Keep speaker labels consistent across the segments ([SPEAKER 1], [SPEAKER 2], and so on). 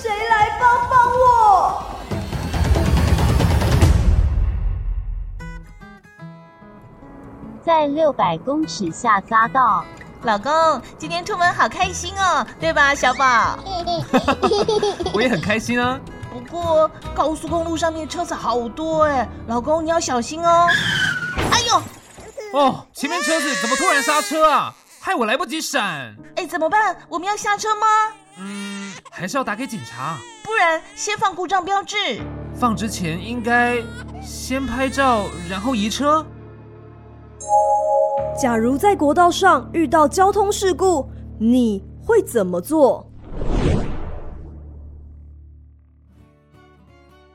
[SPEAKER 1] 谁来帮帮我？
[SPEAKER 2] 在六百公尺下匝道，
[SPEAKER 3] 老公，今天出门好开心哦，对吧，小宝？
[SPEAKER 4] 我也很开心啊！
[SPEAKER 3] 不过高速公路上面车子好多哎，老公你要小心哦。哎呦，
[SPEAKER 4] 哦，前面车子怎么突然刹车啊？害我来不及闪。
[SPEAKER 3] 哎，怎么办？我们要下车吗？
[SPEAKER 4] 嗯，还是要打给警察。
[SPEAKER 3] 不然先放故障标志。
[SPEAKER 4] 放之前应该先拍照，然后移车。
[SPEAKER 1] 假如在国道上遇到交通事故，你会怎么做？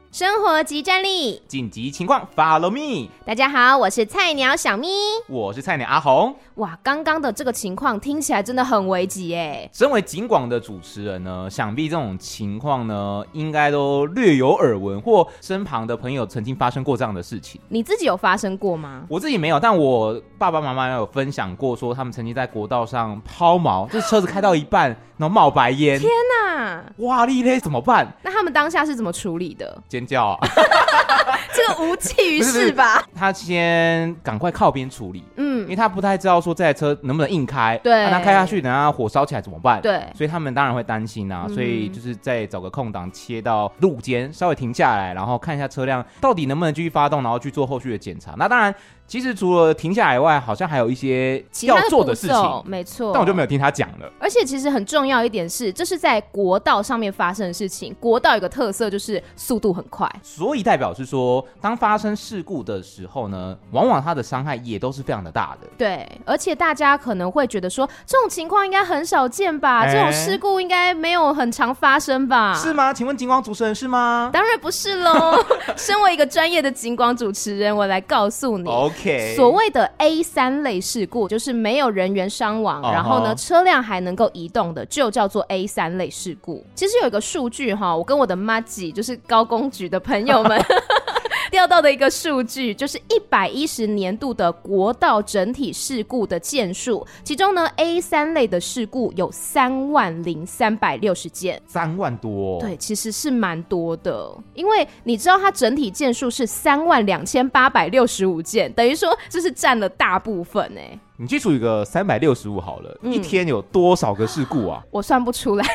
[SPEAKER 5] 生活即战力，
[SPEAKER 6] 紧急情况，Follow me，
[SPEAKER 5] 大家好，我是菜鸟小咪。
[SPEAKER 6] 我是菜鸟阿红。
[SPEAKER 5] 哇，刚刚的这个情况听起来真的很危急耶。
[SPEAKER 6] 身为警广的主持人呢，想必这种情况呢，应该都略有耳闻，或身旁的朋友曾经发生过这样的事情。
[SPEAKER 5] 你自己有发生过吗？
[SPEAKER 6] 我自己没有，但我爸爸妈妈有分享过，说他们曾经在国道上抛锚，就是车子开到一半，然后冒白烟，
[SPEAKER 5] 那
[SPEAKER 6] 哇哩嘞，怎么办？
[SPEAKER 5] 那他们当下是怎么处理的？
[SPEAKER 6] 尖叫啊！
[SPEAKER 5] 这个无济于
[SPEAKER 6] 不是不是
[SPEAKER 5] 事吧？
[SPEAKER 6] 他先赶快靠边处理，因
[SPEAKER 5] 嗯，
[SPEAKER 6] 为他不太知道说这台车能不能硬开，
[SPEAKER 5] 对
[SPEAKER 6] 那他开下去，等下火烧起来怎么办？
[SPEAKER 5] 对，
[SPEAKER 6] 所以他们当然会担心啊，
[SPEAKER 5] 嗯
[SPEAKER 6] 所以就是再找个空档切到路肩，稍微停下来，然后看一下车辆到底能不能继续发动，然后去做后续的检查。那当然，其实除了停下来以外，好像还有一些
[SPEAKER 5] 其
[SPEAKER 6] 要
[SPEAKER 5] 他
[SPEAKER 6] 做
[SPEAKER 5] 步
[SPEAKER 6] 的事情
[SPEAKER 5] 骤，，没错。
[SPEAKER 6] 但我就没有听他讲了。
[SPEAKER 5] 而且其实很重要一点是，这是在国道上面发生的事情。国道有个特色就是速度很快，
[SPEAKER 6] 所以代表是说，当发生事故的时候呢，往往它的伤害也都是非常的大的。
[SPEAKER 5] 对，而且大家可能会觉得说，这种情况应该很少见吧？
[SPEAKER 6] 哎
[SPEAKER 5] 这种事故应该没有很常发生吧？
[SPEAKER 6] 是吗？请问警广主持人是吗
[SPEAKER 5] 啊 当然不是喽。身为一个专业的警广主持人，我来告诉你。
[SPEAKER 6] ？OK，
[SPEAKER 5] 所谓的 A 三类事故，就是没有人员伤亡
[SPEAKER 6] 哦吼
[SPEAKER 5] 然后呢车辆还能够移动的，就叫做 A 三类事故。其实有一个数据哈，我跟我的妈吉，就是高工局的朋友们。调到的一个数据，就是一百一十年度的国道整体事故的件数，其中呢 A 三类的事故有三万零三百六十件，
[SPEAKER 6] 三万多，
[SPEAKER 5] 对，，其实是蛮多的，因为你知道它整体件数是三万两千八百六十五件，等于说这是占了大部分哎、
[SPEAKER 6] 你去除一个三百六十五好了，
[SPEAKER 5] 嗯
[SPEAKER 6] 一天有多少个事故啊？
[SPEAKER 5] 我算不出来，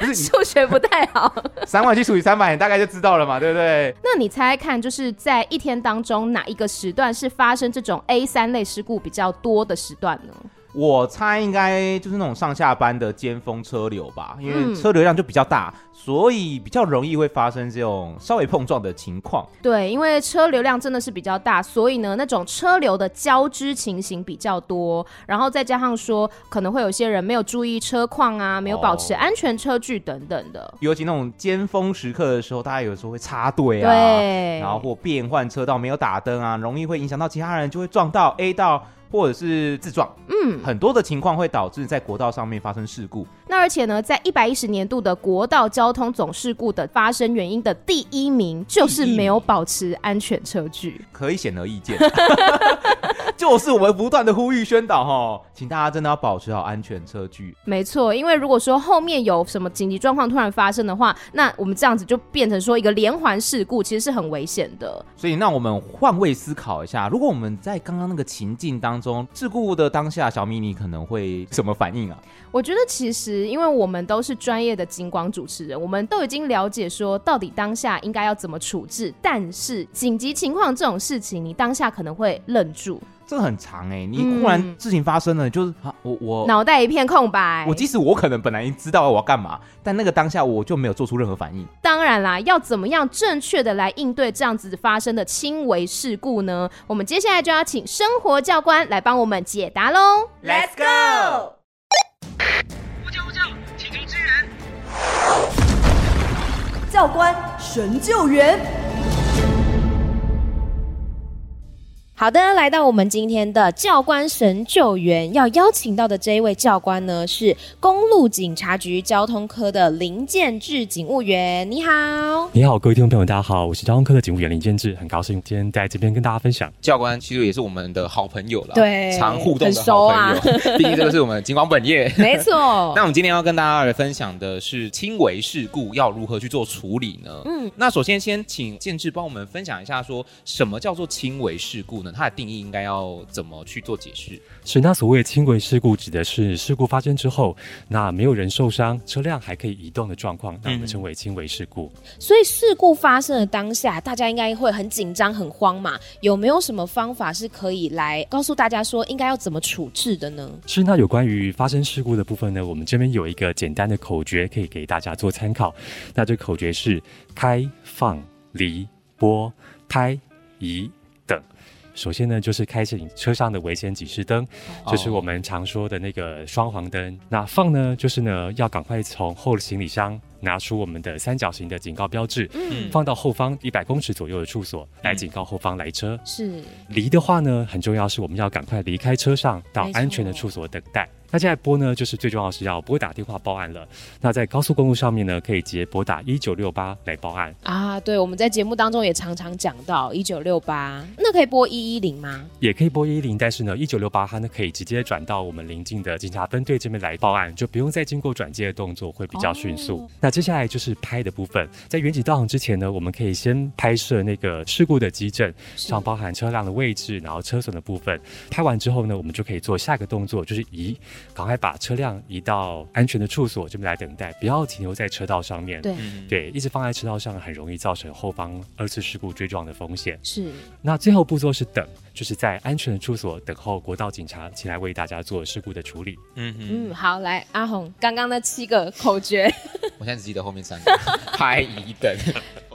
[SPEAKER 6] 不 是你
[SPEAKER 5] 数学不太好。
[SPEAKER 6] 三万去除以三百，你大概就知道了嘛，对不对？
[SPEAKER 5] 那你猜猜看，就是在一天当中哪一个时段是发生这种 A 三类事故比较多的时段呢？
[SPEAKER 6] 我猜应该就是那种上下班的尖峰车流吧，因为
[SPEAKER 5] 嗯
[SPEAKER 6] 车流量就比较大，所以比较容易会发生这种稍微碰撞的情况。
[SPEAKER 5] 对，因为车流量真的是比较大，所以呢，那种车流的交织情形比较多，然后再加上说，可能会有些人没有注意车况啊，没有保持
[SPEAKER 6] 哦
[SPEAKER 5] 安全车距等等的。
[SPEAKER 6] 尤其那种尖峰时刻的时候，大家有时候会插队啊，
[SPEAKER 5] 对
[SPEAKER 6] 然后或变换车道没有打灯啊，容易会影响到其他人，就会撞到 A 道或者是自撞。嗯，很多的情况会导致在国道上面发生事故。
[SPEAKER 5] 那而且呢，在一百一十年度的国道交通总事故的发生原因的第一名就是没有保持安全车距。
[SPEAKER 6] 可以显而易见， 就是我们不断的呼吁宣导哈，请大家真的要保持好安全车距。
[SPEAKER 5] 没错，因为如果说后面有什么紧急状况突然发生的话，那我们这样子就变成说一个连环事故，其实是很危险的。
[SPEAKER 6] 所以，让我们换位思考一下，如果我们在刚刚那个情境当中，事故的当下，小米你可能会什么反应啊？
[SPEAKER 5] 我觉得其实，因为我们都是专业的警广主持人，我们都已经了解说到底当下应该要怎么处置。但是紧急情况这种事情，你当下可能会愣住，
[SPEAKER 6] 这很长哎、你
[SPEAKER 5] 嗯
[SPEAKER 6] 忽然事情发生了，就是啊，我我
[SPEAKER 5] 脑袋一片空白。
[SPEAKER 6] 我即使我可能本来知道我要干嘛，但那个当下我就没有做出任何反应。
[SPEAKER 5] 当然啦，要怎么样正确的来应对这样子发生的轻微事故呢？我们接下来就要请生活教官来帮我们解答喽。
[SPEAKER 1] Let's go！
[SPEAKER 7] 呼救呼救！请求支援！
[SPEAKER 1] 教官神救援。
[SPEAKER 5] 好的，来到我们今天的教官神救援，要邀请到的这一位教官呢是公路警察局交通科的林建志警务员。你好，
[SPEAKER 8] 你好，各位听众朋友，大家好，我是交通科的警务员林建志，很高兴今天在这边跟大家分享。
[SPEAKER 6] 教官其实也是我们的好朋友了，
[SPEAKER 5] 对
[SPEAKER 6] 常互动的
[SPEAKER 5] 很熟
[SPEAKER 6] 好
[SPEAKER 5] 啊
[SPEAKER 6] 朋 友。毕竟这个是我们金光本业。
[SPEAKER 9] 没
[SPEAKER 5] 哦
[SPEAKER 9] 错
[SPEAKER 6] 那。我们今天要跟大家来分享的是轻微事故要如何去做处理呢？嗯，那首先先请建志帮我们分享一下，说什么叫做轻微事故呢？它的定义应该要怎么去做解释？
[SPEAKER 8] 是那所谓轻轨事故，指的是事故发生之后，那没有人受伤，车辆还可以移动的状况，那我们称为轻轨事故。
[SPEAKER 5] 所以事故发生的当下，大家应该会很紧张、很慌嘛？有没有什么方法是可以来告诉大家说应该要怎么处置的呢？
[SPEAKER 8] 是那有关于发生事故的部分呢，我们这边有一个简单的口诀可以给大家做参考。那这口诀是开放离拨开移等。首先呢，就是开启你车上的危险警示灯，就是我们常说的那个双黄灯。那放呢，就是呢要赶快从后行李箱拿出我们的三角形的警告标志，
[SPEAKER 6] 嗯
[SPEAKER 8] 放到后方一百公尺左右的处所来警告后方来车。
[SPEAKER 5] 是
[SPEAKER 8] 离的话呢，很重要是我们要赶快离开车上，到
[SPEAKER 5] 没错
[SPEAKER 8] 安全的处所等待。那现在拨呢，就是最重要的是要拨打电话报案了。那在高速公路上面呢，可以直接拨打一九六八来报案，
[SPEAKER 5] 啊，对，我们在节目当中也常常讲到一九六八，那可以拨一一零吗？
[SPEAKER 8] 也可以拨一零，但是呢，一九六八它呢可以直接转到我们邻近的警察分队这边来报案，就不用再经过转接的动作，会比较迅速。那接下来就是拍的部分，在远景到场之前呢，我们可以先拍摄那个事故的基证，像包含车辆的位置，然后车损的部分。拍完之后呢，我们就可以做下一个动作，就是移，赶快把车辆移到安全的处所这边来等待，不要停留在车道上面。
[SPEAKER 5] 对
[SPEAKER 8] 对，一直放在车道上很容易造成后方二次事故追撞的风险。
[SPEAKER 5] 是
[SPEAKER 8] 那最后步骤是等，就是在安全的处所等候国道警察前来为大家做事故的处理。
[SPEAKER 6] 嗯哼。
[SPEAKER 5] 嗯，好，来阿红，刚刚那七个口诀，
[SPEAKER 6] 我现在只记得后面三个拍一等，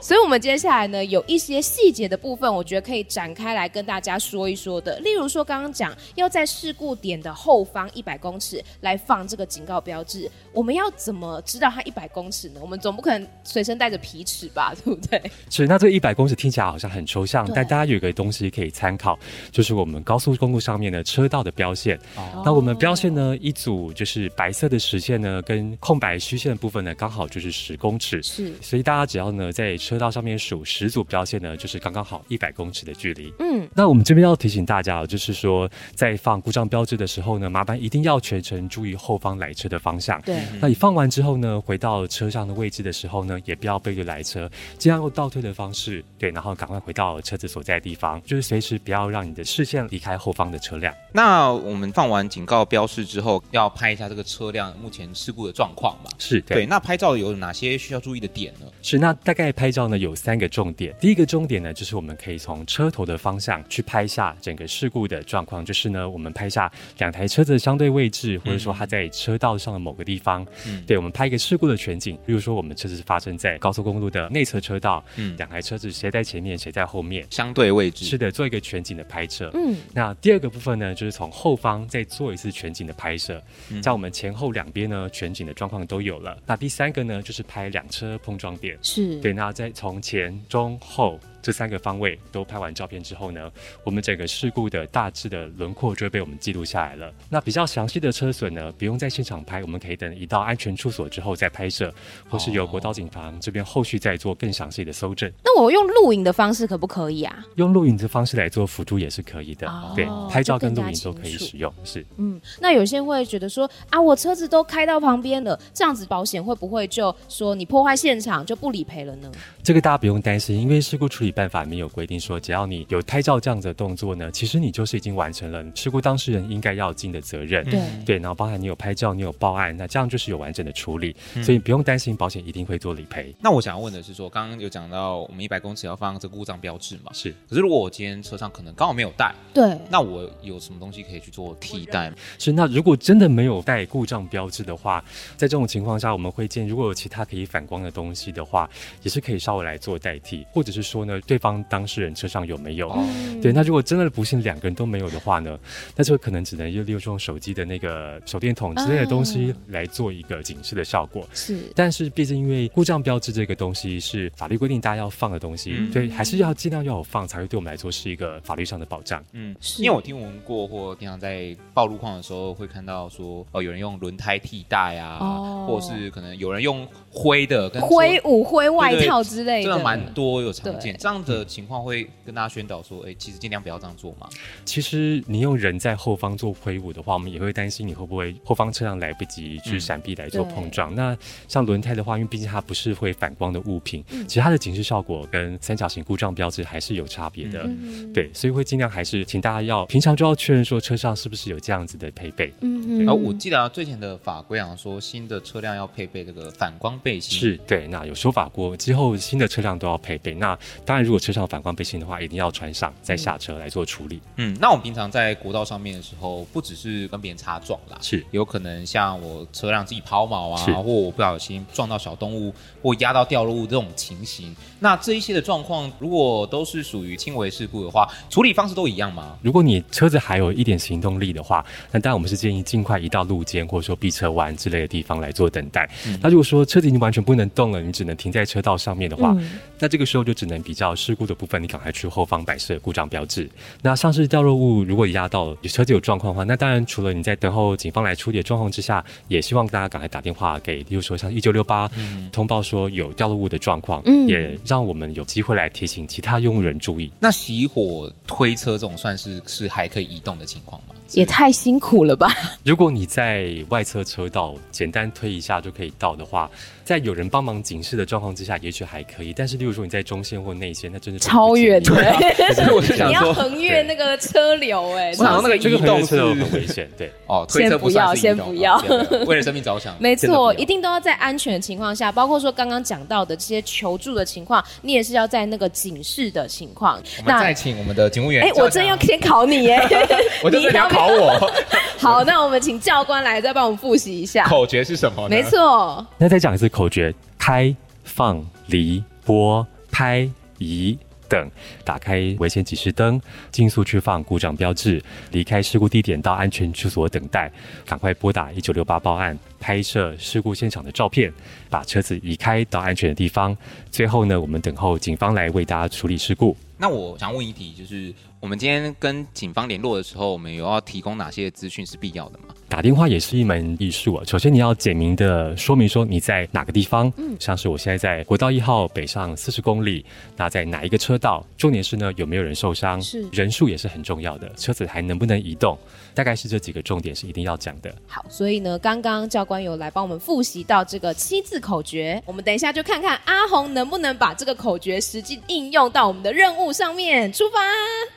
[SPEAKER 5] 所以我们接下来呢有一些细节的部分，我觉得可以展开来跟大家说一说的。例如说刚刚讲要在事故点的后方一百公尺来放这个警告标志，我们要怎么知道它一百公尺呢？我们总不可能随身带着皮尺吧，对不对？
[SPEAKER 8] 是，那这一百公尺听起来好像很抽象，
[SPEAKER 5] 对
[SPEAKER 8] 但大家有一个东西可以参考，就是我们高速公路上面的车道的标线。那我们标线呢，一组就是白色的实线呢，跟空白虚线的部分呢，刚好就是十公尺。
[SPEAKER 5] 是
[SPEAKER 8] 所以大家只要呢在车道上面数十组标线呢，就是刚刚好一百公尺的距离。
[SPEAKER 5] 嗯，
[SPEAKER 8] 那我们这边要提醒大家哦，就是说在放故障标志的时候呢，麻烦一定要全程注意后方来车的方向。
[SPEAKER 5] 对，
[SPEAKER 8] 那你放完之后呢，回到车上的位置的时候呢，也不要背对来车，尽量用倒退的方式，对，然后赶快回到车子所在的地方，就是随时不要让你的视线离开后方的车辆。
[SPEAKER 6] 那我们放完警告标示之后，要拍一下这个车辆目前事故的状况嘛？
[SPEAKER 8] 是
[SPEAKER 6] 对，那拍照有哪些需要注意的点呢？
[SPEAKER 8] 是，那大概拍照呢有三个重点。第一个重点呢，就是我们可以从车头的方向去拍下整个事故的状况，就是呢，我们拍下两台车子的相对位置，或者说它在车道上的某个地方。
[SPEAKER 6] 嗯
[SPEAKER 8] 对，我们拍一个事故的全景，比如说我们车子是发生在高速公路的内侧车道，
[SPEAKER 6] 嗯
[SPEAKER 8] 两台车子谁在前面，谁在后面。
[SPEAKER 6] 相对位置
[SPEAKER 8] 是的，做一个全景的拍摄。
[SPEAKER 5] 嗯，
[SPEAKER 8] 那第二个部分呢，就是从后方再做一次全景的拍摄，在我们前后两边呢，全景的状况都有了。那第三个呢，就是拍两车碰撞点。
[SPEAKER 5] 是
[SPEAKER 8] 对，那在从前、中、后这三个方位都拍完照片之后呢，我们整个事故的大致的轮廓就会被我们记录下来了。那比较详细的车损呢，不用在现场拍，我们可以等移到安全处所之后再拍摄，或是由国
[SPEAKER 5] 哦
[SPEAKER 8] 道警方这边后续再做更详细的搜证，
[SPEAKER 5] 那我用录影的方式可不可以啊？
[SPEAKER 8] 用录影的方式来做辅助也是可以的。
[SPEAKER 5] 哦
[SPEAKER 8] 对，拍照跟
[SPEAKER 5] 就
[SPEAKER 8] 录
[SPEAKER 5] 更加
[SPEAKER 8] 影都可以
[SPEAKER 5] 清楚
[SPEAKER 8] 使用，是。
[SPEAKER 5] 嗯，那有些人会觉得说啊，我车子都开到旁边了，这样子保险会不会就说你破坏现场就不理赔了呢？
[SPEAKER 8] 这个大家不用担心，因为事故处理办法里面有规定说，只要你有拍照这样子的动作呢，其实你就是已经完成了事故当事人应该要尽的责任。
[SPEAKER 5] 对
[SPEAKER 6] 嗯
[SPEAKER 8] 对，然后包含你有拍照，你有报案，那这样就是有完整的处理，所以不用担心保险一定会做理赔。
[SPEAKER 6] 那我想要问的是说，刚刚有讲到我们一百公尺要放这个故障标志嘛？
[SPEAKER 8] 是
[SPEAKER 6] 可是如果我今天车上可能刚好没有带，
[SPEAKER 5] 对，
[SPEAKER 6] 那我有什么东西可以去做替代吗？
[SPEAKER 8] 是，那如果真的没有带故障标志的话，在这种情况下，我们会建议如果有其他可以反光的东西的话，也是可以稍微来做代替，或者是说呢，对方当事人车上有没有。
[SPEAKER 5] 哦
[SPEAKER 8] 对，那如果真的不幸两个人都没有的话呢，那就可能只能又利用用手机的那个手电筒之类的东西来做一个警示的效果。
[SPEAKER 5] 是
[SPEAKER 8] 但是毕竟因为故障标志这个东西是法律规定大家要放的东西，
[SPEAKER 6] 嗯
[SPEAKER 8] 对，还是要尽量要有放，才会对我们来说是一个法律上的保障。
[SPEAKER 6] 嗯，因为我听闻过，或经常在报路况的时候会看到说，哦，有人用轮胎替代啊，
[SPEAKER 5] 哦
[SPEAKER 6] 或者是可能有人用灰的跟
[SPEAKER 5] 挥舞、挥
[SPEAKER 6] 对
[SPEAKER 5] 外
[SPEAKER 6] 对
[SPEAKER 5] 套之类
[SPEAKER 6] 真的蛮多有常
[SPEAKER 5] 对
[SPEAKER 6] 见这样的情况，会跟大家宣导说，哎，其实尽量不要这样做嘛。
[SPEAKER 8] 其实你用人在后方做挥舞的话，我们也会担心你会不会后方车辆来不及去闪避来做碰撞。那像轮胎的话，因为毕竟它不是会反光的物品，其实它的警示效果跟三角形故障标志还是有差别
[SPEAKER 5] 嗯
[SPEAKER 8] 的。对，所以会尽量还是请大家要平常就要确认说车上是不是有这样子的配备。
[SPEAKER 6] 然
[SPEAKER 8] 嗯
[SPEAKER 6] 后我记得、啊、最前的法规好像说，新的车辆要配备这个反光背心，
[SPEAKER 8] 是对，那有修法过之后，新的车辆都要配备。那当然，如果车上有反光背心的话，一定要穿上再下车来做处理。
[SPEAKER 6] 嗯，那我们平常在国道上面的时候，不只是跟别人擦撞啦，
[SPEAKER 8] 是
[SPEAKER 6] 有可能像我车辆自己抛锚啊，
[SPEAKER 8] 是
[SPEAKER 6] 或我不小心撞到小动物或压到掉落物这种情形。那这一些的状况，如果都是属于轻微事故的话，处理方式都一样吗？
[SPEAKER 8] 如果你车子还有一点行动力的话，那当然我们是建议尽快移到路肩或者说避车弯之类的地方来做等待。那如果说车子已经完全不能动了，你只能停在车道上面的话，
[SPEAKER 5] 嗯
[SPEAKER 8] 那这个时候就只能比较事故的部分，你赶快去后方摆设故障标志。那像是掉落物，如果压到有车子有状况的话，那当然除了你在等候警方来处理的状况之下，也希望大家赶快打电话给，例如说像一九六八通报说有掉落物的状况，
[SPEAKER 6] 嗯
[SPEAKER 8] 也让我们有机会来提醒其他用人注意。
[SPEAKER 6] 那熄火推车这种算是是还可以移动的情况 吗？
[SPEAKER 5] 也太辛苦了吧？
[SPEAKER 8] 如果你在外侧车道简单推一下就可以到的话，在有人帮忙警示的状况之下，也许还可以。但是，例如说你在中线或内线，那真的是
[SPEAKER 5] 超远的
[SPEAKER 8] 不建议对
[SPEAKER 6] 所以啊我是想
[SPEAKER 5] 你要
[SPEAKER 6] 说
[SPEAKER 5] 横越那个车流哎、
[SPEAKER 6] 我想到那个
[SPEAKER 8] 这个
[SPEAKER 6] 移
[SPEAKER 8] 横
[SPEAKER 6] 动
[SPEAKER 8] 越车
[SPEAKER 6] 是
[SPEAKER 8] 流很危险，对。
[SPEAKER 6] 哦，推车不算是移
[SPEAKER 5] 先
[SPEAKER 6] 动
[SPEAKER 5] 不
[SPEAKER 6] 哦
[SPEAKER 5] 要先不要
[SPEAKER 6] 对对对为了生命着想，
[SPEAKER 5] 没
[SPEAKER 6] 真的不
[SPEAKER 5] 错，
[SPEAKER 6] 要
[SPEAKER 5] 一定都要在安全的情况下，包括说刚刚讲到的这些求助的情况，你也是要在那个警示的情况。
[SPEAKER 6] 我们
[SPEAKER 5] 那
[SPEAKER 6] 再请我们的警务员啊
[SPEAKER 5] 哎、
[SPEAKER 6] 教一下。
[SPEAKER 5] 我真要先考你欸耶！
[SPEAKER 6] 我就是
[SPEAKER 5] 你
[SPEAKER 6] 你要
[SPEAKER 5] 要不要
[SPEAKER 6] 考我
[SPEAKER 5] 好，那我们请教官来再帮我们复习一下。
[SPEAKER 6] 口诀是什么呢？
[SPEAKER 5] 没错，
[SPEAKER 8] 那再讲一次口诀：开、放、离、拨、拍、移等。打开危险警示灯，尽速去放故障标志，离开事故地点到安全处所等待。赶快拨打一九六八报案，拍摄事故现场的照片，把车子移开到安全的地方。最后呢，我们等候警方来为大家处理事故。
[SPEAKER 6] 那我想问一题，就是我们今天跟警方联络的时候，我们有要提供哪些资讯是必要的吗？
[SPEAKER 8] 打电话也是一门艺术啊。首先，你要简明的说明说你在哪个地方，
[SPEAKER 5] 嗯
[SPEAKER 8] 像是我现在在国道一号北上四十公里，那在哪一个车道？重点是呢，有没有人受伤？
[SPEAKER 5] 是
[SPEAKER 8] 人数也是很重要的，车子还能不能移动？大概是这几个重点是一定要讲的。
[SPEAKER 5] 好，所以呢，刚刚教官有来帮我们复习到这个七字口诀，我们等一下就看看阿红能不能把这个口诀实际应用到我们的任务上面。出发！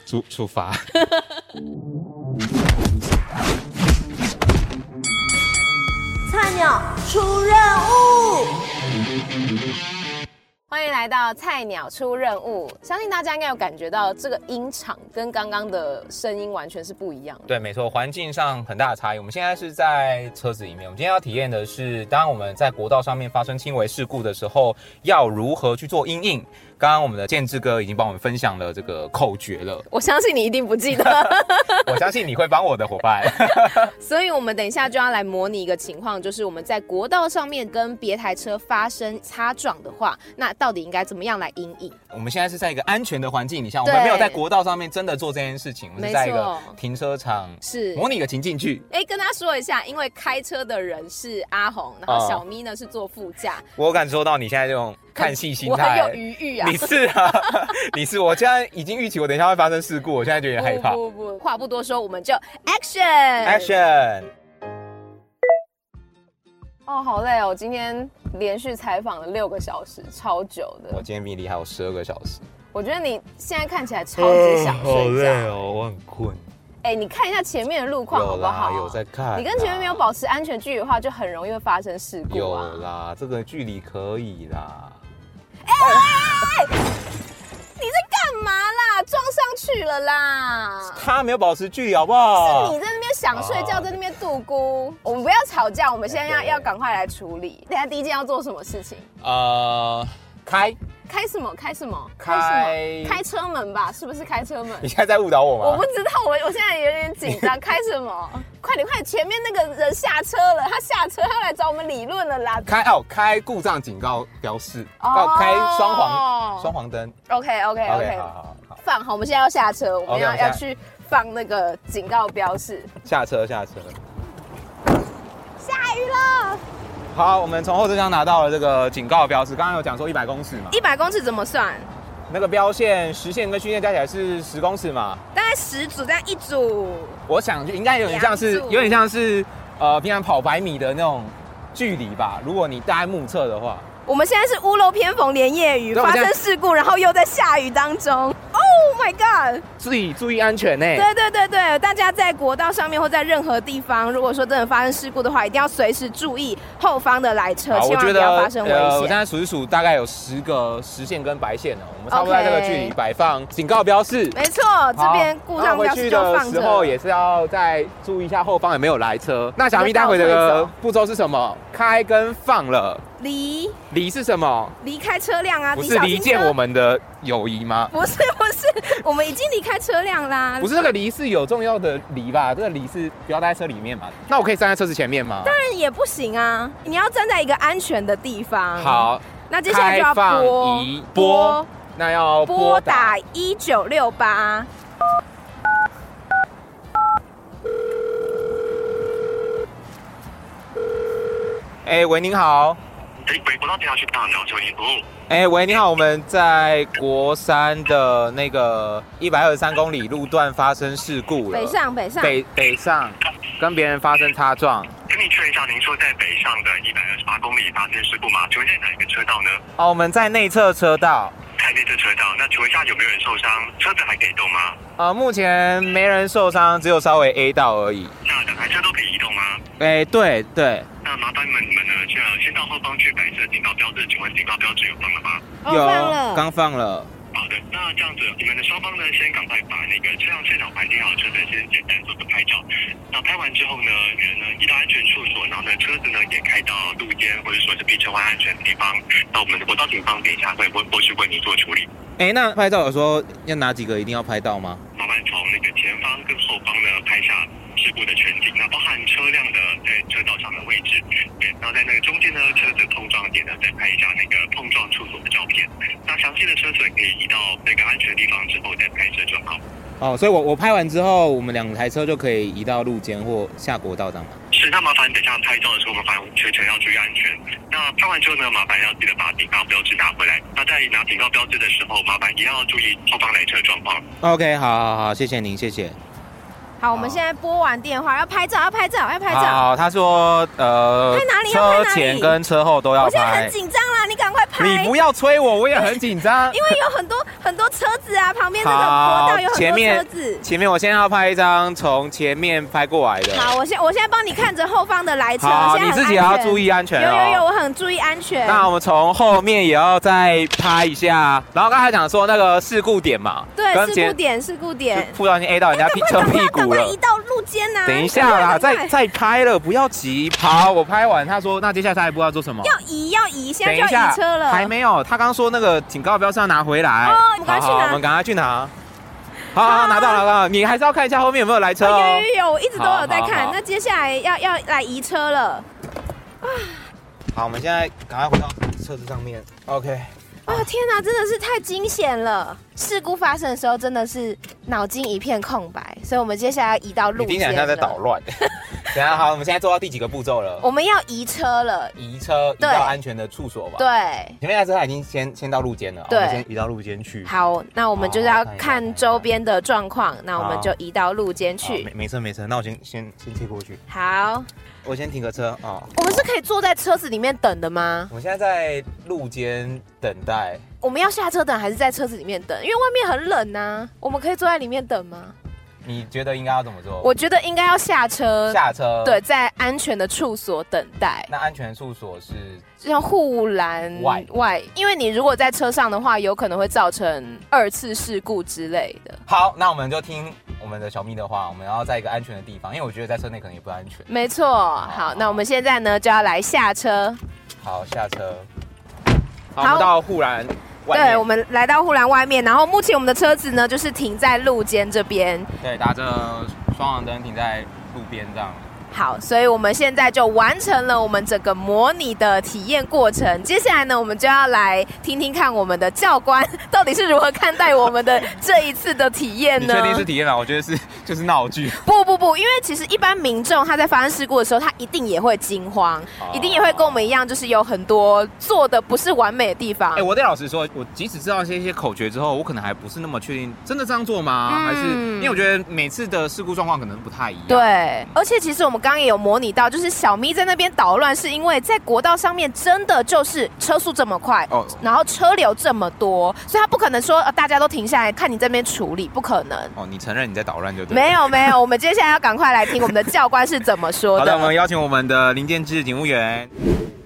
[SPEAKER 6] 处处罚。
[SPEAKER 1] 菜鸟出任务。
[SPEAKER 5] 欢迎来到菜鸟出任务，相信大家应该有感觉到这个音场跟刚刚的声音完全是不一样的。
[SPEAKER 6] 对，没错，环境上很大的差异。我们现在是在车子里面，我们今天要体验的是，当我们在国道上面发生轻微事故的时候，要如何去做因应。刚刚我们的建志哥已经帮我们分享了这个口诀 了，
[SPEAKER 5] 我相信你一定不记得，
[SPEAKER 6] 我相信你会帮我的伙伴。
[SPEAKER 5] 所以我们等一下就要来模拟一个情况，就是我们在国道上面跟别台车发生擦撞的话，那到底应该怎么样来阴影？
[SPEAKER 6] 我们现在是在一个安全的环境底下，我
[SPEAKER 5] 对
[SPEAKER 6] 们没有在国道上面真的做这件事情，我们是在一个
[SPEAKER 5] 没错
[SPEAKER 6] 停车场
[SPEAKER 5] 是
[SPEAKER 6] 模拟个情境剧。
[SPEAKER 5] 哎，跟大家说一下，因为开车的人是阿红，然后
[SPEAKER 6] 哦
[SPEAKER 5] 小咪呢是坐副驾，
[SPEAKER 6] 我有感受到你现在这种看戏心
[SPEAKER 5] 我很
[SPEAKER 6] 态，
[SPEAKER 5] 有余裕啊。
[SPEAKER 6] 你是啊， 你是，我现在已经预期我等一下会发生事故，我现在就有点害怕。
[SPEAKER 5] 不不不，话不多说，我们就 action
[SPEAKER 6] Action！
[SPEAKER 5] 哦，好累哦！今天连续采访了六个小时，超久的
[SPEAKER 6] 我。今天比你还有十二个小时，
[SPEAKER 5] 我觉得你现在看起来超级想睡觉。
[SPEAKER 6] 哦，我很困。
[SPEAKER 5] 哎、你看一下前面的路况好
[SPEAKER 6] 有
[SPEAKER 5] 不好
[SPEAKER 6] 啦，？有在看啦。
[SPEAKER 5] 你跟前面没有保持安全距离的话，就很容易会发生事故啊
[SPEAKER 6] 有！啦，这个距离可以啦。
[SPEAKER 5] 你在干嘛啦？撞上去了啦！
[SPEAKER 6] 他没有保持距离，好不
[SPEAKER 5] 是
[SPEAKER 6] 好？
[SPEAKER 5] 你在那边想睡觉，
[SPEAKER 6] 啊
[SPEAKER 5] 在那边度孤。我们不要吵架，我们现在要要赶快来处理。等一下第一件要做什么事情？
[SPEAKER 6] 呃，开
[SPEAKER 10] 开什么？开什么？
[SPEAKER 6] 开
[SPEAKER 10] 开车门吧？是不是开车门？
[SPEAKER 6] 你现在在误导我吗？
[SPEAKER 10] 我不知道，我我现在有点紧 张。开什么？快点，快点！前面那个人下车了，他下车，他来找我们理论了啦。
[SPEAKER 6] 开哦，开故障警告标示，
[SPEAKER 10] 哦
[SPEAKER 6] 要开双黄双黄灯。
[SPEAKER 10] OK OK OK，
[SPEAKER 6] 好好好，
[SPEAKER 10] 放好，我们现在要下车，我们
[SPEAKER 6] OK，
[SPEAKER 10] 要
[SPEAKER 6] 我们现在
[SPEAKER 10] 要去放那个警告标示。
[SPEAKER 6] 下车下车。
[SPEAKER 10] 下雨了，
[SPEAKER 6] 好，我们从后车厢拿到了这个警告标示，刚刚有讲说一百公尺嘛，
[SPEAKER 5] 一百公尺怎么算？
[SPEAKER 6] 那个标线实线跟虚线加起来是十公尺嘛，
[SPEAKER 5] 大概十组，这样一组。
[SPEAKER 6] 我想就应该有点像是
[SPEAKER 5] 两组
[SPEAKER 6] 有点像是呃平常跑百米的那种距离吧，如果你大概目测的话。
[SPEAKER 11] 我们现在是屋漏偏逢连夜雨，
[SPEAKER 6] 对我
[SPEAKER 11] 发
[SPEAKER 6] 们现在哦
[SPEAKER 11] 生事故，然后又在下雨当中。Oh my god！
[SPEAKER 6] 自己注意安全呢、
[SPEAKER 5] 对对对对，大家在国道上面或在任何地方，如果说真的发生事故的话，一定要随时注意后方的来车，
[SPEAKER 6] 好，
[SPEAKER 5] 希
[SPEAKER 6] 我
[SPEAKER 5] 望
[SPEAKER 6] 觉
[SPEAKER 5] 不
[SPEAKER 6] 得
[SPEAKER 5] 要发生危
[SPEAKER 6] 呃，我
[SPEAKER 5] 险。
[SPEAKER 6] 现在数一数，大概有十个实线跟白线哦。我们差不多
[SPEAKER 5] OK
[SPEAKER 6] 在这个距离摆放警告标示。
[SPEAKER 5] 没错，这边故障标识就
[SPEAKER 6] 那回
[SPEAKER 5] 放
[SPEAKER 6] 去的时候
[SPEAKER 5] 着。
[SPEAKER 6] 也是要再注意一下后方有没有来车。那小咪待会
[SPEAKER 5] 就倒退
[SPEAKER 6] 的
[SPEAKER 5] 走
[SPEAKER 6] 步骤是什么？开跟放了，
[SPEAKER 5] 离
[SPEAKER 6] 离是什么？
[SPEAKER 5] 离开车辆啊，
[SPEAKER 6] 不
[SPEAKER 5] 离
[SPEAKER 6] 是
[SPEAKER 5] 小
[SPEAKER 6] 离
[SPEAKER 5] 心车
[SPEAKER 6] 间我。们的友谊吗？
[SPEAKER 5] 不是不是，我们已经离开车辆啦。
[SPEAKER 6] 不是那个离是有重要的离吧？这个离是不要待在车里面嘛？那我可以站在车子前面吗？
[SPEAKER 5] 当然也不行啊，你要站在一个安全的地方。，
[SPEAKER 6] 好，
[SPEAKER 5] 那接下来就
[SPEAKER 6] 开
[SPEAKER 5] 要
[SPEAKER 6] 放
[SPEAKER 5] 拨
[SPEAKER 6] 移拨，那要
[SPEAKER 5] 拨
[SPEAKER 6] 拨
[SPEAKER 5] 打一九六八。
[SPEAKER 6] 哎、喂，您好。哎、喂，你好，我们在国三的那个一百二十三公里路段发生事故了，
[SPEAKER 5] 北上北上
[SPEAKER 6] 北北上，跟别人发生擦撞。
[SPEAKER 12] 请你确认一下，您说在北上的一百二十八公里发生事故吗？请问在哪一个车道呢？
[SPEAKER 6] 哦，我们在内侧车道，
[SPEAKER 12] 在这车道。那请问一下，有没有人受伤？车子还可以动吗？
[SPEAKER 6] 呃，目前没人受伤，只有稍微 A 到而已。
[SPEAKER 12] 那两台车都可以移动吗？
[SPEAKER 6] 哎、对对，
[SPEAKER 12] 那麻烦你们你们呢，就要先到后方去白色警告标志，请问警告标志有放了吗？
[SPEAKER 5] 哦
[SPEAKER 6] 有刚哦放了。
[SPEAKER 12] 好的，那这样子，你们的双方呢，先赶快把那个车辆现场环境好的车身先简单做个拍照。那拍完之后呢，人呢移到安全处所，然后呢车子呢也开到路肩或者说是避车弯安全的地方。那我们的国道警方等一下会后续为您做处理。
[SPEAKER 6] 哎、那拍照有说要哪几个一定要拍到吗？
[SPEAKER 12] 麻烦从那个前方跟后方呢拍下事故的全景，那包含车辆的在车道上的位置，对，然后在那个中间呢车子碰撞点呢再拍一下那个碰撞处所的照片。那详细的车损可以移到那个安全地方之后再拍摄就好。
[SPEAKER 6] 哦，所以我我拍完之后，我们两台车就可以移到路肩或下国道上吗？
[SPEAKER 12] 是，那麻烦等一下拍照的时候，麻烦全程要注意安全。那拍完之后呢，麻烦要记得把警告标志拿回来。那在拿警告标志的时候，麻烦一定要注意后方来车状况。
[SPEAKER 6] OK，好好好，谢谢您，谢谢。
[SPEAKER 5] 好，我们现在拨完电话，要拍照，要拍照，要拍照。
[SPEAKER 6] 好，他说呃，
[SPEAKER 5] 拍哪里要拍哪
[SPEAKER 6] 车
[SPEAKER 5] 里
[SPEAKER 6] 前跟车后都要
[SPEAKER 5] 我现在
[SPEAKER 6] 拍
[SPEAKER 5] 很。紧张啦，你赶快拍。
[SPEAKER 6] 你不要催我，我也很紧张。
[SPEAKER 5] 因为有很多很多车子啊，旁边这个国
[SPEAKER 6] 好
[SPEAKER 5] 道有，很
[SPEAKER 6] 前
[SPEAKER 5] 多车
[SPEAKER 6] 面
[SPEAKER 5] 子。
[SPEAKER 6] 前面我现在要拍一张从前面拍过来的。
[SPEAKER 5] 好，我现我现在帮你看着后方的来车，
[SPEAKER 6] 好
[SPEAKER 5] 我现在很
[SPEAKER 6] 你自己也要注意安全哦
[SPEAKER 5] 有有有，我很注意安全。
[SPEAKER 6] 那我们从后面也要再拍一下。然后刚才讲说那个事故点嘛，
[SPEAKER 5] 对
[SPEAKER 6] 刚
[SPEAKER 5] 事
[SPEAKER 6] 前
[SPEAKER 5] 故点哎事故点，
[SPEAKER 6] 就不小心 A 到人家 屁车屁股了。
[SPEAKER 5] 一到路肩啊呐、
[SPEAKER 6] 等一下啦，再再拍了，不要急。好，我拍完，他说那接下来下一步要做什么？
[SPEAKER 5] 要移要移，现在
[SPEAKER 6] 等
[SPEAKER 5] 就
[SPEAKER 6] 一
[SPEAKER 5] 要
[SPEAKER 6] 下，
[SPEAKER 5] 移车了。
[SPEAKER 6] 还没有。他刚说那个警告标是要拿回来，
[SPEAKER 5] 哦我们赶快去
[SPEAKER 6] 好好
[SPEAKER 5] 拿
[SPEAKER 6] 我们赶快去 拿。好好好，拿到了拿到了，你还是要看一下后面有没有来车
[SPEAKER 5] 哦
[SPEAKER 6] 哦
[SPEAKER 5] 有。有有，我一直都有在
[SPEAKER 6] 好
[SPEAKER 5] 看。
[SPEAKER 6] 好好
[SPEAKER 5] 那接下来要要来移车了
[SPEAKER 6] 好，我们现在赶快回到车子上面。OK，
[SPEAKER 5] 啊！天哪，真的是太惊险了！事故发生的时候真的是脑筋一片空白，所以我们接下来要移到
[SPEAKER 6] 你
[SPEAKER 5] 路
[SPEAKER 6] 听起来
[SPEAKER 5] 肩
[SPEAKER 6] 像在
[SPEAKER 5] 了。
[SPEAKER 6] 捣乱。 等一下好，我们现在做到第几个步骤了？
[SPEAKER 5] 我们要移车了，
[SPEAKER 6] 移车移
[SPEAKER 5] 对
[SPEAKER 6] 到安全的处所吧。，
[SPEAKER 5] 对。
[SPEAKER 6] 前面那车他已经先先到路肩了，
[SPEAKER 5] 对
[SPEAKER 6] 我们先移到路肩去。
[SPEAKER 5] 好，那我们就是要看周边的状况，那我们
[SPEAKER 6] 好
[SPEAKER 5] 就移到路肩
[SPEAKER 6] 好，哦
[SPEAKER 5] 去
[SPEAKER 6] 没。没车没车，那我先先先切过去，
[SPEAKER 5] 好，
[SPEAKER 6] 我先停个车啊。
[SPEAKER 5] 我们是可以坐在车子里面等的吗？
[SPEAKER 6] 我现在在路肩等待，
[SPEAKER 5] 我们要下车等还是在车子里面等？因为外面很冷呐、我们可以坐在里面等吗？
[SPEAKER 6] 你觉得应该要怎么做？
[SPEAKER 5] 我觉得应该要下车，
[SPEAKER 6] 下车
[SPEAKER 5] 对，在安全的处所等待，
[SPEAKER 6] 那安全处所是
[SPEAKER 5] 就像护栏
[SPEAKER 6] 外
[SPEAKER 5] 外，因为你如果在车上的话，有可能会造成二次事故之类的。
[SPEAKER 6] 好，那我们就听我们的小咪的话，我们要在一个安全的地方，因为我觉得在车内可能也不安全。
[SPEAKER 5] 没错，好，那我们现在呢就要来下车。
[SPEAKER 6] 好，下车。好，
[SPEAKER 5] 好
[SPEAKER 6] 我们到护栏
[SPEAKER 4] 外
[SPEAKER 5] 对，
[SPEAKER 4] 面
[SPEAKER 5] 我们来到护栏外面，然后目前我们的车子呢就是停在路肩这边。
[SPEAKER 4] 对，打着双黄灯停在路边这样。
[SPEAKER 5] 好，所以我们现在就完成了我们整个模拟的体验过程。接下来呢，我们就要来听听看我们的教官到底是如何看待我们的这一次的体验
[SPEAKER 6] 你
[SPEAKER 5] 呢？
[SPEAKER 6] 确定是体验吗？我觉得是 就是闹剧。
[SPEAKER 5] 不不不，因为其实一般民众他在发生事故的时候，他一定也会惊慌，
[SPEAKER 6] 哦
[SPEAKER 5] 一定也会跟我们一样，就是有很多做的不是完美的地方。
[SPEAKER 6] 哎、我得老实说，我即使知道这些口诀之后，我可能还不是那么确定真的这样做吗？
[SPEAKER 5] 嗯
[SPEAKER 6] 还是因为我觉得每次的事故状况可能不太一样。
[SPEAKER 5] 对，而且其实我们刚刚也有模拟到，就是小咪在那边捣乱，是因为在国道上面真的就是车速这么快，
[SPEAKER 6] 哦
[SPEAKER 5] 然后车流这么多，所以他不可能说、呃、大家都停下来看你这边处理，不可能。
[SPEAKER 6] 哦，你承认你在捣乱就对。
[SPEAKER 5] 没。有没有，我们接下来要赶快来听我们的教官是怎么说
[SPEAKER 6] 好
[SPEAKER 5] 的。
[SPEAKER 6] 的，我们邀请我们的林建志警务员。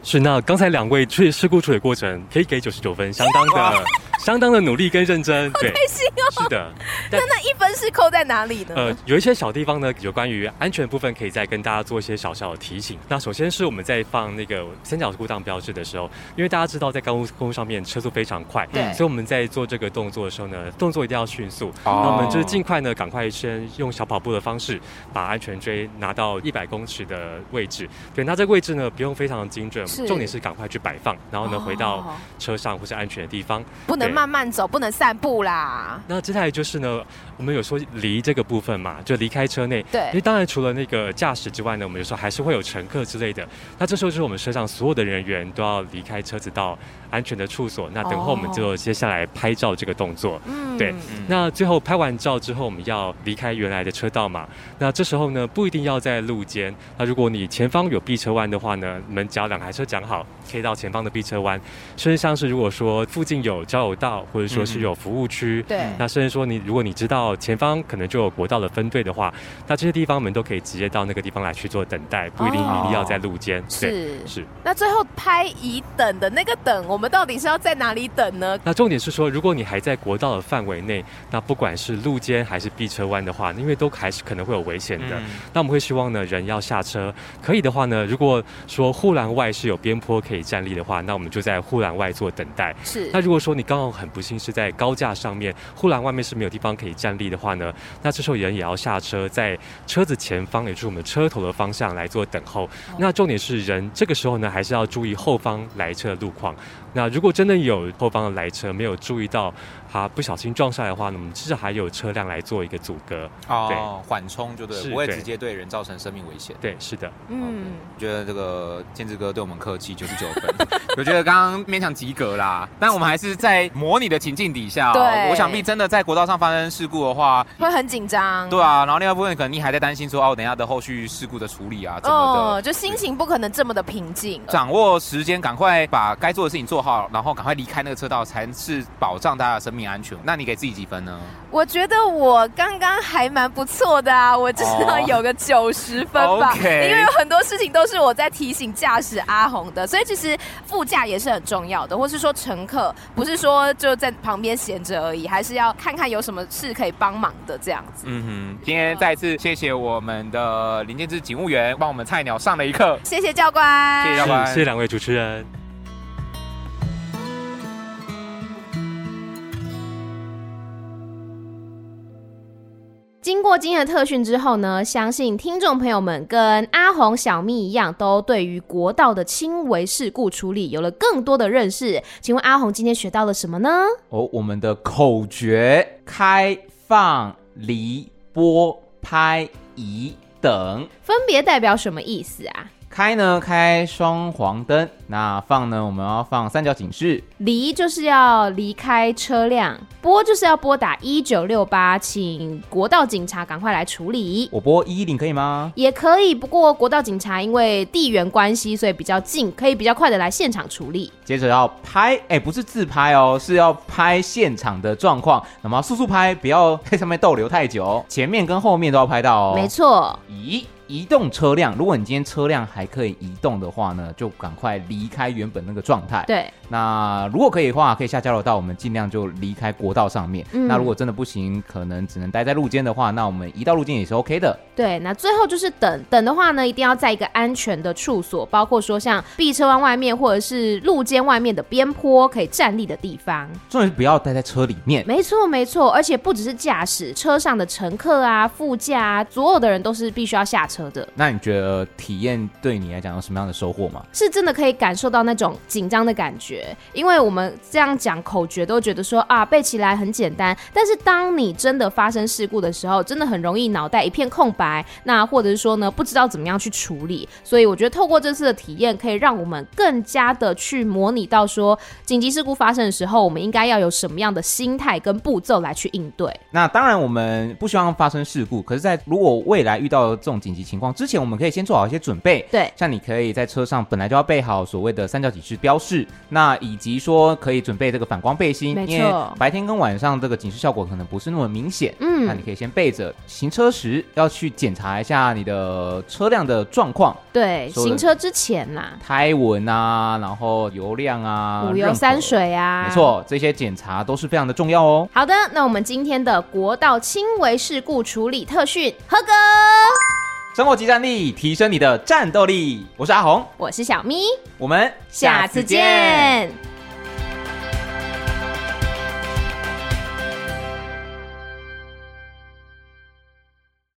[SPEAKER 8] 是，那刚才两位对事故处理过程可以给九十九分，相当的相当的努力跟认真，对。
[SPEAKER 5] 开心哦！
[SPEAKER 8] 是的，
[SPEAKER 5] 那那一分是扣在哪里呢？
[SPEAKER 8] 呃，有一些小地方呢，有关于安全部分，可以再跟大家做一些小小的提醒。那首先是我们在放那个三角故障标志的时候，因为大家知道在高速公路上面车速非常快，
[SPEAKER 6] 对
[SPEAKER 8] 所以我们在做这个动作的时候呢，动作一定要迅速。
[SPEAKER 6] 哦
[SPEAKER 8] 那我们就是尽快呢，赶快先用小跑步的方式把安全锥拿到一百公尺的位置。对，那这个位置呢，不用非常精准
[SPEAKER 5] 是，
[SPEAKER 8] 重点是赶快去摆放，然后呢，
[SPEAKER 5] 哦
[SPEAKER 8] 回到车上或是安全的地方。
[SPEAKER 5] 不能
[SPEAKER 8] 对
[SPEAKER 5] 慢慢走，不能散步啦。
[SPEAKER 8] 那接下来就是呢，我们有说离这个部分嘛，就离开车内。
[SPEAKER 5] 对
[SPEAKER 8] 因为当然除了那个驾驶之外呢，我们有时候还是会有乘客之类的。那这时候就是我们车上所有的人员都要离开车子到安全的处所。那等候我们
[SPEAKER 6] 哦
[SPEAKER 8] 就接下来拍照这个动作。
[SPEAKER 6] 嗯
[SPEAKER 8] 对。哦那最后拍完照之后，我们要离开原来的车道嘛。那这时候呢，不一定要在路肩。那如果你前方有避车弯的话呢，你们只要两台车讲好，可以到前方的避车弯。甚至像是如果说附近有交友道，或者说是有服务区，
[SPEAKER 6] 对
[SPEAKER 5] 嗯
[SPEAKER 8] 那甚至说你如果你知道前方可能就有国道的分队的话，那这些地方我们都可以直接到那个地方来去做等待，不一定
[SPEAKER 5] 哦
[SPEAKER 8] 一定要在路肩。对
[SPEAKER 5] 是
[SPEAKER 8] 是。
[SPEAKER 5] 那最后拍乙等的那个等，我们到底是要在哪里等呢？
[SPEAKER 8] 那重点是说，如果你还在国道的范围内，那不管是路肩还是避车弯的话，因为都还是可能会有危险的。
[SPEAKER 5] 嗯
[SPEAKER 8] 那我们会希望呢，人要下车，可以的话呢，如果说护栏外是有边坡可以站立的话，那我们就在护栏外做等待。
[SPEAKER 5] 是
[SPEAKER 8] 那如果说你刚好很不幸是在高架上面，护栏外面是没有地方可以站立的话呢，那这时候人也要下车，在车子前方，也就是我们车头的方向来做等候。那重点是人这个时候呢，还是要注意后方来车的路况。那如果真的有后方的来车没有注意到，他不小心撞上来的话呢，我们至少还有车辆来做一个阻隔。
[SPEAKER 6] 哦，缓冲就对了，
[SPEAKER 8] 是
[SPEAKER 6] 不会
[SPEAKER 8] 对
[SPEAKER 6] 直接对人造成生命危险。
[SPEAKER 8] 对，是的。
[SPEAKER 5] 嗯，
[SPEAKER 6] 我觉得这个建志哥对我们客气，九十九分。我觉得刚刚勉强及格啦，但我们还是在模拟的情境底下、哦
[SPEAKER 5] 对
[SPEAKER 6] 我想必真的在国道上发生事故的话，
[SPEAKER 5] 会很紧张。
[SPEAKER 6] 对啊，然后另外一部分可能你还在担心说，哦，等一下的后续事故的处理啊，怎么的。
[SPEAKER 5] 哦，就心情不可能这么的平静。
[SPEAKER 6] 掌握时间，赶快把该做的事情做好，然后赶快离开那个车道，才是保障大家的生命安全。那你给自己几分呢？
[SPEAKER 5] 我觉得我刚刚还蛮不错的啊，我至少
[SPEAKER 6] 哦
[SPEAKER 5] 有个九十分吧
[SPEAKER 6] OK
[SPEAKER 5] 因为有很多事情都是我在提醒驾驶阿红的，所以其实副驾也是很重要的，或是说乘客，不是说就在旁边闲着而已，还是要看看有什么事可以帮忙的这样子。
[SPEAKER 6] 嗯哼，今天再次谢谢我们的林建志警务员帮我们菜鸟上了一课。
[SPEAKER 5] 谢谢教官，
[SPEAKER 6] 谢谢教官
[SPEAKER 8] 是谢谢两位主持人。
[SPEAKER 11] 经过今天的特训之后呢，相信听众朋友们跟阿红、小蜜一样，都对于国道的轻微事故处理有了更多的认识。请问阿红今天学到了什么呢？
[SPEAKER 4] 哦，我们的口诀：开放、离、拨、拍、移等。
[SPEAKER 11] 分别代表什么意思啊？
[SPEAKER 4] 开呢，开双黄灯；那放呢，我们要放三角警示。
[SPEAKER 11] 离就是要离开车辆，拨就是要拨打一九六八，请国道警察赶快来处理。
[SPEAKER 4] 我拨一一零可以吗？
[SPEAKER 11] 也可以，不过国道警察因为地缘关系，所以比较近，可以比较快的来现场处理。
[SPEAKER 4] 接着要拍，哎、不是自拍哦，是要拍现场的状况，那么速速拍，不要在上面逗留太久，前面跟后面都要拍到哦。
[SPEAKER 11] 没错。
[SPEAKER 4] 咦，
[SPEAKER 6] 移动车辆，如果你今天车辆还可以移动的话呢，就赶快离开原本那个状态。
[SPEAKER 5] 对，
[SPEAKER 6] 那如果可以的话，可以下交流道，我们尽量就离开国道上面。
[SPEAKER 5] 嗯
[SPEAKER 6] 那如果真的不行，可能只能待在路肩的话，那我们移到路肩也是 OK 的。
[SPEAKER 5] 对，那最后就是等等的话呢，一定要在一个安全的处所，包括说像避车弯外面或者是路肩外面的边坡可以站立的地方。
[SPEAKER 6] 重点是不要待在车里面。
[SPEAKER 5] 没错，没错，而且不只是驾驶，车上的乘客啊、副驾啊，所有的人都是必须要下车的。
[SPEAKER 6] 那你觉得体验对你来讲有什么样的收获吗？
[SPEAKER 5] 是真的可以感受到那种紧张的感觉，因为我们这样讲口诀都觉得说啊背起来很简单，但是当你真的发生事故的时候，真的很容易脑袋一片空白，那或者是说呢不知道怎么样去处理，所以我觉得透过这次的体验，可以让我们更加的去模拟到说紧急事故发生的时候，我们应该要有什么样的心态跟步骤来去应对。
[SPEAKER 6] 那当然，我们不希望发生事故，可是，在如果未来遇到这种紧急情况之前，我们可以先做好一些准备。
[SPEAKER 5] 对，
[SPEAKER 6] 像你可以在车上本来就要备好所谓的三角警示标示，那以及说可以准备这个反光背心，
[SPEAKER 5] 没错
[SPEAKER 6] 因为白天跟晚上这个警示效果可能不是那么明显。
[SPEAKER 5] 嗯
[SPEAKER 6] 那你可以先备着。行车时要去检查一下你的车辆的状况，
[SPEAKER 5] 对，
[SPEAKER 6] 说得
[SPEAKER 5] 行车之前啦、
[SPEAKER 6] 胎纹啊，然后油量啊，
[SPEAKER 5] 五
[SPEAKER 6] 任
[SPEAKER 5] 油
[SPEAKER 6] 何
[SPEAKER 5] 三水啊，
[SPEAKER 6] 没错，这些检查都是非常的重要哦。
[SPEAKER 5] 好的，那我们今天的国道轻微事故处理特训合格。
[SPEAKER 6] 生活即战力，提升你的战斗力。我是阿红，
[SPEAKER 5] 我是小咪，
[SPEAKER 6] 我们
[SPEAKER 5] 下次见。